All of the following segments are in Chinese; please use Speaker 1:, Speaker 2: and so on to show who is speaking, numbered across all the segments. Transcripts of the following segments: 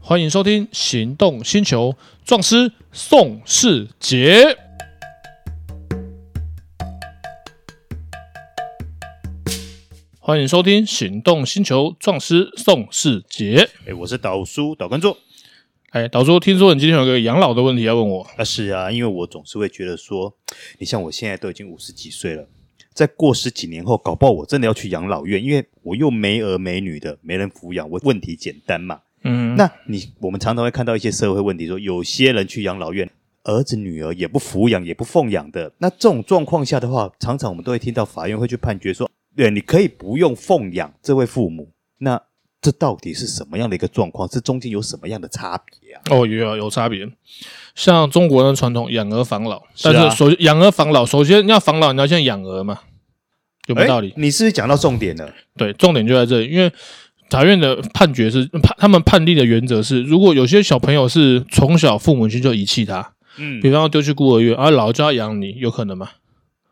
Speaker 1: 欢迎收听《行动星球》，壮师宋世杰。欢迎收听《行动星球》，壮师宋世杰。
Speaker 2: 哎，我是导叔导观众
Speaker 1: 哎，导叔，听说你今天有个养老的问题要问我，
Speaker 2: 啊，是啊，因为我总是会觉得说，你像我现在都已经五十几岁了，再过十几年后，搞不好我真的要去养老院，因为我又没儿没女的，没人抚养，我问题简单嘛。
Speaker 1: 嗯，
Speaker 2: 那你我们常常会看到一些社会问题说有些人去养老院，儿子女儿也不抚养，也不奉养的。那这种状况下的话，常常我们都会听到法院会去判决说，对，你可以不用奉养这位父母。那这到底是什么样的一个状况？这中间有什么样的差别啊？
Speaker 1: 哦，有有有差别。像中国人的传统养儿防老，
Speaker 2: 是
Speaker 1: 但
Speaker 2: 啊
Speaker 1: 是首养儿防老，首先你要防老，你要先养儿嘛，有没有道理
Speaker 2: 诶？你是不是讲到重点了？
Speaker 1: 对，重点就在这里，因为法院的判决是判他们判定的原则是，如果有些小朋友是从小父母亲就遗弃他，
Speaker 2: 嗯
Speaker 1: 比方说丢去孤儿院，而、啊、老了就要养你，有可能吗？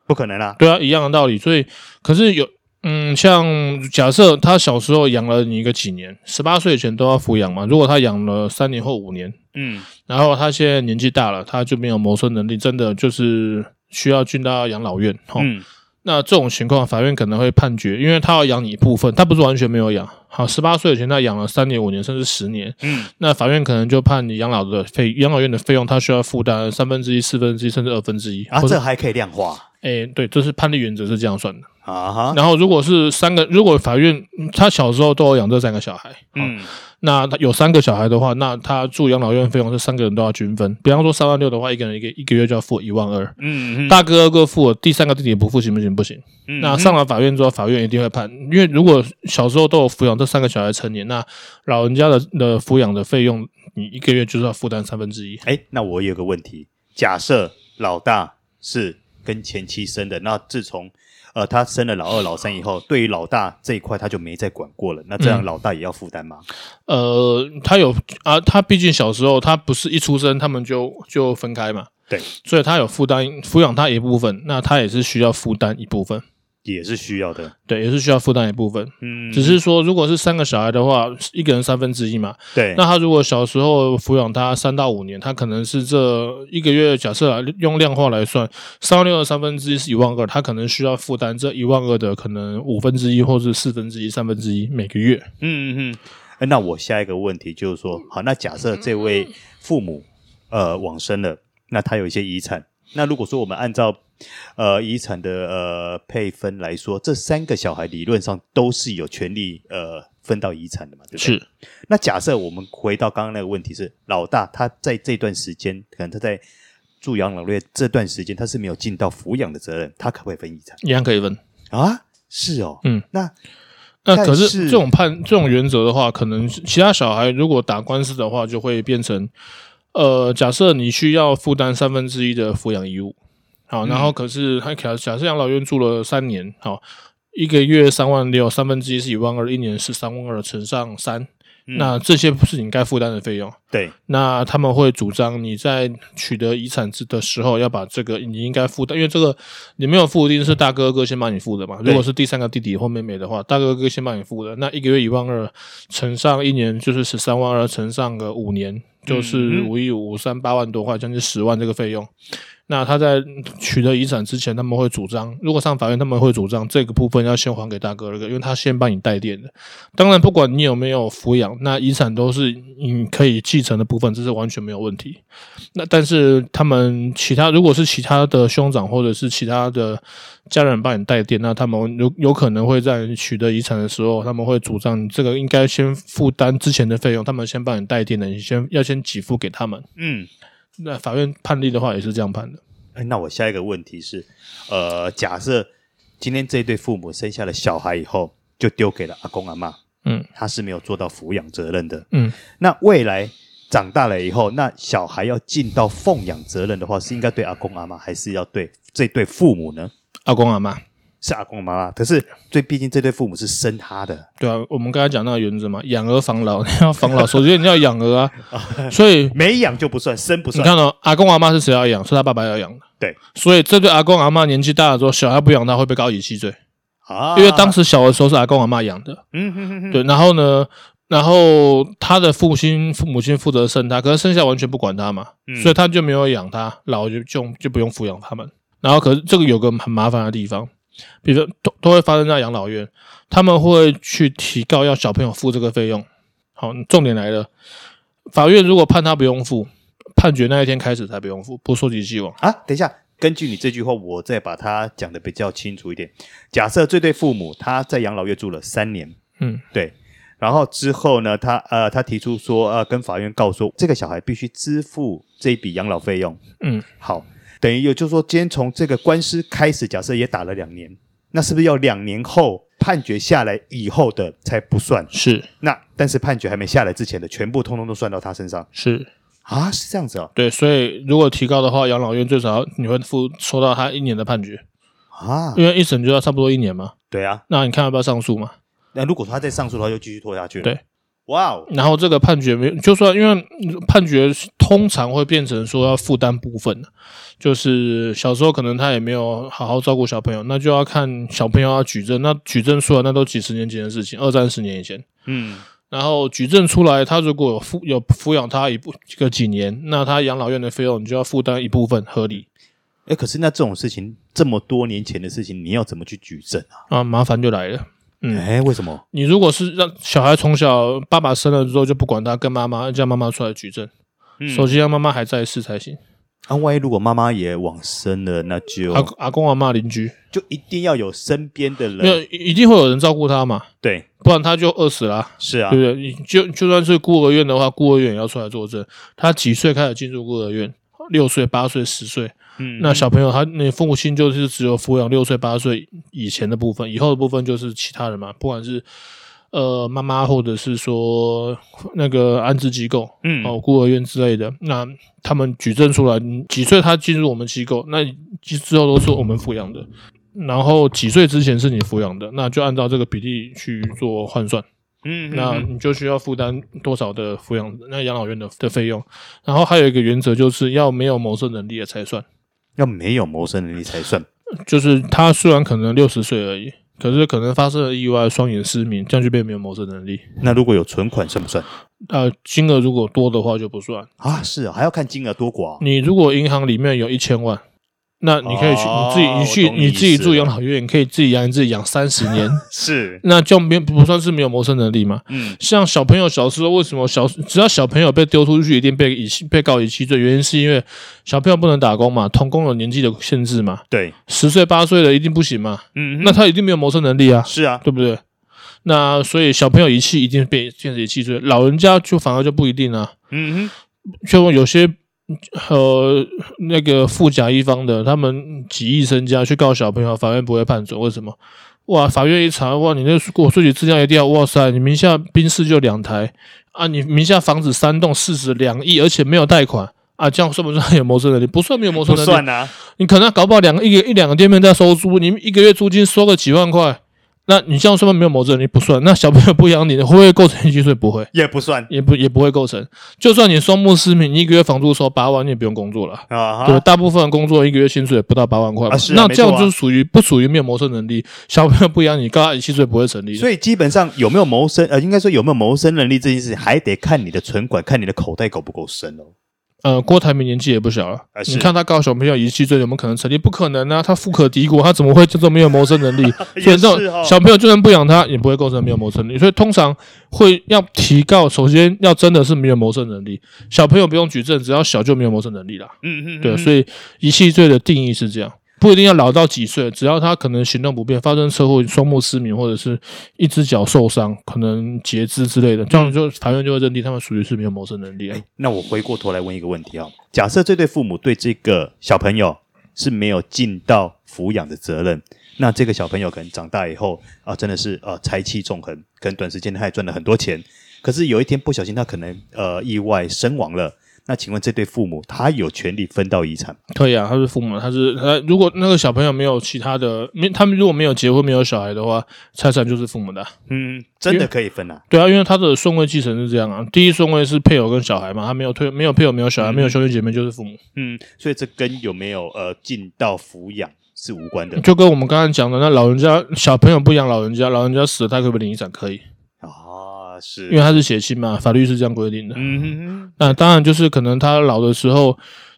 Speaker 2: 不可能啦、
Speaker 1: 对啊，一样的道理。所以，可是有嗯，像假设他小时候养了你一个几年，十八岁前都要抚养嘛，如果他养了三年或五年，
Speaker 2: 嗯，
Speaker 1: 然后他现在年纪大了，他就没有谋生能力，真的就是需要进到养老院。哦、
Speaker 2: 嗯，
Speaker 1: 那这种情况，法院可能会判决，因为他要养你一部分，他不是完全没有养。好，十八岁以前他养了三年、五年甚至十年，
Speaker 2: 嗯，
Speaker 1: 那法院可能就判你养老的费、养老院的费用，他需要负担三分之一、四分之一甚至二分之一。
Speaker 2: 啊，
Speaker 1: 或者
Speaker 2: 这还可以量化
Speaker 1: 哎，对，这是判例原则是这样算的。
Speaker 2: 啊哈，
Speaker 1: 然后如果是三个，如果法院嗯他小时候都有养这三个小孩，嗯，
Speaker 2: 嗯
Speaker 1: 那他有三个小孩的话，那他住养老院费用是三个人都要均分。比方说三万六的话，一个人一个一个月就要付一万二。
Speaker 2: 嗯
Speaker 1: 大哥二哥付，第三个弟弟也不付，行不行？不行。
Speaker 2: 嗯
Speaker 1: 那上了法院之后，法院一定会判，因为如果小时候都有抚养这三个小孩成年，那老人家的的抚养的费用，你一个月就是要负担三分之一。
Speaker 2: 哎，那我有个问题，假设老大是跟前妻生的，那自从呃他生了老二、老三以后，对于老大这一块他就没再管过了，那这样
Speaker 1: 嗯
Speaker 2: 老大也要负担吗？
Speaker 1: 呃，他有啊，他毕竟小时候他不是一出生他们就就分开嘛，
Speaker 2: 对，
Speaker 1: 所以他有负担抚养他一部分，那他也是需要负担一部分，
Speaker 2: 也是需要的，
Speaker 1: 对，也是需要负担一部分。
Speaker 2: 嗯，
Speaker 1: 只是说，如果是三个小孩的话，一个人三分之一嘛，
Speaker 2: 对，
Speaker 1: 那他如果小时候抚养他三到五年，他可能是这一个月，假设啊用量化来算，三万六的三分之一是一万二，他可能需要负担这一万二的可能五分之一或是四分之一、三分之一每个月。
Speaker 2: 嗯嗯嗯哎。那我下一个问题就是说，好，那假设这位父母呃往生了，那他有一些遗产，那如果说我们按照呃遗产的呃配分来说，这三个小孩理论上都是有权利呃分到遗产的嘛，对不对？
Speaker 1: 是，
Speaker 2: 那假设我们回到刚刚那个问题是，老大他在这段时间，可能他在住养老院这段时间，他是没有尽到抚养的责任，他可不可以分遗产
Speaker 1: 一样可以分。
Speaker 2: 啊？是哦，
Speaker 1: 嗯，
Speaker 2: 那
Speaker 1: 那
Speaker 2: 但
Speaker 1: 可是
Speaker 2: 是
Speaker 1: 这种判这种原则的话，可能其他小孩如果打官司的话，就会变成，呃，假设你需要负担三分之一的抚养义务，好，然后
Speaker 2: 嗯
Speaker 1: 可是他假假设养老院住了三年，好，一个月三万六，三分之一是一万二，一年是三万二乘上三，
Speaker 2: 嗯
Speaker 1: 那这些不是你该负担的费用。
Speaker 2: 对，
Speaker 1: 那他们会主张你在取得遗产制的时候，要把这个你应该负担，因为这个你没有付，一定是大哥哥先帮你付的嘛。
Speaker 2: 对
Speaker 1: 如果是第三个弟弟或妹妹的话，大哥哥先帮你付的，那一个月一万二，乘上一年就是十三万二，乘上个五年就是
Speaker 2: 嗯
Speaker 1: 五亿五三八万多块，将近十万这个费用。那他在取得遗产之前，他们会主张，如果上法院，他们会主张这个部分要先还给大哥哥，因为他先帮你带电的。当然，不管你有没有抚养，那遗产都是你可以继承的部分，这是完全没有问题。那但是他们其他如果是其他的呃兄长或者是其他的呃家人帮你带电，那他们有有可能会在你取得遗产的时候，他们会主张你这个应该先负担之前的费用，他们先帮你带电的，你先要先给付给他们。
Speaker 2: 嗯，
Speaker 1: 那法院判例的话也是这样判的。
Speaker 2: 哎那我下一个问题是，呃，假设今天这对父母生下了小孩以后，就丢给了阿公阿妈，
Speaker 1: 嗯
Speaker 2: 他是没有做到抚养责任的，
Speaker 1: 嗯，
Speaker 2: 那未来。长大了以后，那小孩要尽到奉养责任的话，是应该对阿公阿妈，还是要对这对父母呢？
Speaker 1: 阿公阿妈，
Speaker 2: 是阿公妈妈，可是最毕竟这对父母是生他的，
Speaker 1: 对啊，我们刚才讲那个原则嘛，养儿防老，你要防老，首先你要养儿啊，所以
Speaker 2: 没养就不算，生不
Speaker 1: 你
Speaker 2: 算。
Speaker 1: 看哦，阿公阿妈是谁要养？是他爸爸要养的。
Speaker 2: 对，
Speaker 1: 所以这对阿公阿妈年纪大了之后，小孩不养他会被告遗弃罪，
Speaker 2: 啊
Speaker 1: 因为当时小的时候是阿公阿妈养的。
Speaker 2: 嗯嗯嗯嗯，
Speaker 1: 对，然后呢，然后他的父亲父母亲负责生他，可是剩下完全不管他嘛，
Speaker 2: 嗯
Speaker 1: 所以他就没有养他，老就就就不用抚养他们。然后可是这个有个很麻烦的地方，比如说都都会发生在养老院，他们会去提告要小朋友付这个费用。好，重点来了，法院如果判他不用付，判决那一天开始才不用付，不溯及既往。
Speaker 2: 啊，等一下，根据你这句话，我再把它讲的比较清楚一点。假设这对父母他在养老院住了三年，
Speaker 1: 嗯，
Speaker 2: 对，然后之后呢，他呃，他提出说，呃，跟法院告说，这个小孩必须支付这一笔养老费用。
Speaker 1: 嗯，
Speaker 2: 好，等于也就是说，今天从这个官司开始，假设也打了两年，那是不是要两年后判决下来以后的才不算？
Speaker 1: 是
Speaker 2: 那但是判决还没下来之前的，全部通通都算到他身上
Speaker 1: 是，
Speaker 2: 啊？是这样子哦，
Speaker 1: 对，所以如果提告的话，养老院最少你会付收到他一年的判决，
Speaker 2: 啊？
Speaker 1: 因为一审就要差不多一年嘛。
Speaker 2: 对啊，
Speaker 1: 那你看要不要上诉嘛？
Speaker 2: 那如果他再上诉的话，就继续拖下去了。
Speaker 1: 对，
Speaker 2: 哇哦，
Speaker 1: 然后这个判决没有，就算因为判决通常会变成说要负担部分，就是小时候可能他也没有好好照顾小朋友，那就要看小朋友要举证，那举证啊出来那都几十年前的事情，二三十年以前。
Speaker 2: 嗯，
Speaker 1: 然后举证出来，他如果有付有抚养他一部个几年，那他养老院的费用你就要负担一部分，合理
Speaker 2: 哎，可是那这种事情，这么多年前的事情，你要怎么去举证啊？
Speaker 1: 啊，麻烦就来了。嗯
Speaker 2: 哎、为什么？
Speaker 1: 你如果是让小孩从小爸爸生了之后就不管他，跟妈妈叫妈妈出来举证，首先要妈妈还在世才行，
Speaker 2: 啊，万一如果妈妈也往生了，那就、
Speaker 1: 阿阿公阿妈邻居。
Speaker 2: 就一定要有身边的
Speaker 1: 没有，
Speaker 2: 人。
Speaker 1: 一定会有人照顾他嘛，
Speaker 2: 对，
Speaker 1: 不然他就饿死啦、
Speaker 2: 是啊
Speaker 1: 对，不对？你就就算是孤儿院的话，孤儿院也要出来作证。他几岁开始进入孤儿院？六岁、八岁、十岁，
Speaker 2: 嗯
Speaker 1: 那小朋友他那父母亲就是只有抚养六岁、八岁以前的部分，以后的部分就是其他人嘛，不管是呃妈妈或者是说那个安置机构，
Speaker 2: 嗯
Speaker 1: 哦孤儿院之类的，那他们举证出来你几岁他进入我们机构，那之之后都是我们抚养的，然后几岁之前是你抚养的，那就按照这个比例去做换算。
Speaker 2: 嗯
Speaker 1: 那你就需要负担多少的抚养那养老院的的费用，然后还有一个原则就是要没有谋生能力的才算，
Speaker 2: 要没有谋生能力才算。
Speaker 1: 就是他虽然可能六十岁而已，可是可能发生了意外，双眼失明，这样就变没有谋生能力。
Speaker 2: 那如果有存款算不算
Speaker 1: 呃，金额如果多的话就不算。
Speaker 2: 啊？是啊，还要看金额多寡、啊
Speaker 1: 你如果银行里面有一千万，那你可以去、
Speaker 2: 哦
Speaker 1: 你自己
Speaker 2: 我
Speaker 1: 你
Speaker 2: 懂
Speaker 1: 去
Speaker 2: 你
Speaker 1: 你自己
Speaker 2: 意思
Speaker 1: 住
Speaker 2: 了
Speaker 1: 养老院，你可以自己养你自己养三十 年，
Speaker 2: 是，
Speaker 1: 那就没不算是没有谋生能力嘛。
Speaker 2: 嗯，
Speaker 1: 像小朋友小时候为什么小只要小朋友被丢出去，一定被以被告以欺罪，原因是因为小朋友不能打工嘛，童工有年纪的限制嘛，
Speaker 2: 对，
Speaker 1: 十岁八岁的一定不行嘛，
Speaker 2: 嗯
Speaker 1: 那他一定没有谋生能力啊，
Speaker 2: 是啊，
Speaker 1: 对不对？那所以小朋友遗弃一定被变成遗弃罪，老人家就反而就不一定啊，
Speaker 2: 嗯
Speaker 1: 就有些呃那个富甲一方的，他们几亿身家去告小朋友，法院不会判准，为什么？哇，法院一查，哇，你那我税局资料一定要，哇塞，你名下宾士就两台啊，你名下房子三栋，市值两亿，而且没有贷款啊，这样算不算有谋生能力？不算没有谋生
Speaker 2: 哼，不
Speaker 1: 能力，
Speaker 2: 算啊，
Speaker 1: 你可能搞不好两个一个一两个店面在收租，你一个月租金收个几万块，那你这样算不算没有谋生能力？不算。那小朋友不养你，会不会构成遗弃税？不会。
Speaker 2: 也不算
Speaker 1: 也不也不会构成。就算你双目失明，你一个月房租收八万，你也不用工作了。
Speaker 2: 啊
Speaker 1: 对，
Speaker 2: 哈，
Speaker 1: 大部分人工作一个月薪水也不到八万块嘛，
Speaker 2: 啊是啊
Speaker 1: 那
Speaker 2: 没
Speaker 1: 这
Speaker 2: 错啊
Speaker 1: 样就属于、不属于没有谋生能力。小朋友不养你，告他遗弃罪不会成立。
Speaker 2: 所以基本上有没有谋生，呃，应该说有没有谋生能力这件事，还得看你的存款，看你的口袋够不够深哦。
Speaker 1: 呃，郭台铭年纪也不小了，
Speaker 2: 啊是
Speaker 1: 你看他告小朋友遗弃罪有没有可能成立？不可能啊，他富可敌国，他怎么会叫做没有谋生能 力？所以这种
Speaker 2: 也是哦
Speaker 1: 小朋友就算不养他，也不会构成没有谋生能力。所以通常会要提告，首先要真的是没有谋生能力，小朋友不用举证，只要小就没有谋生能力啦。
Speaker 2: 嗯嗯，
Speaker 1: 对，啊所以遗弃罪的定义是这样，不一定要老到几岁，只要他可能行动不便、发生车祸、双目失明或者是一只脚受伤、可能截肢之类的，这样就法院就会认定他们属于是没有谋生能力啊。
Speaker 2: 那我回过头来问一个问题啊、假设这对父母对这个小朋友是没有尽到抚养的责任，那这个小朋友可能长大以后啊，真的是呃财气纵横，可能短时间他也赚了很多钱，可是有一天不小心他可能呃意外身亡了，那请问这对父母他有权利分到遗产吗？
Speaker 1: 可以啊，他是父母，他是他如果那个小朋友没有其他的，没他们如果没有结婚、没有小孩的话，财产就是父母的啊、
Speaker 2: 嗯，真的可以分啊，
Speaker 1: 对啊，因为他的顺位继承是这样啊，第一顺位是配偶跟小孩嘛，他没有退，没有配偶、没有小孩、没有兄弟姐妹就是父母。
Speaker 2: 嗯，所以这跟有没有呃尽到抚养是无关的
Speaker 1: 就跟我们刚才讲的，那老人家小朋友不养老人家，老人家死了他可不可以领遗产？可以。
Speaker 2: 啊。啊，是，
Speaker 1: 因为他是血亲嘛，法律是这样规定的。
Speaker 2: 嗯哼哼，
Speaker 1: 那当然就是可能他老的时候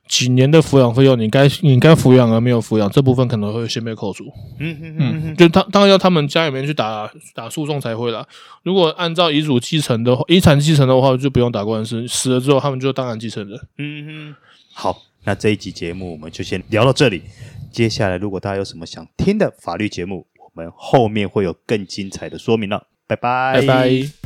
Speaker 1: 几年的抚养费用，你该你该抚养而没有抚养，这部分可能会先被扣除。
Speaker 2: 嗯哼哼
Speaker 1: 嗯，
Speaker 2: 哼，
Speaker 1: 就他当然要他们家里面去打打诉讼才会啦。如果按照遗嘱继承的话，遗产继承的话就不用打官司，死了之后他们就当然继承人。
Speaker 2: 嗯哼，好，那这一集节目我们就先聊到这里。接下来，如果大家有什么想听的法律节目，我们后面会有更精彩的说明了。拜拜，
Speaker 1: 拜拜。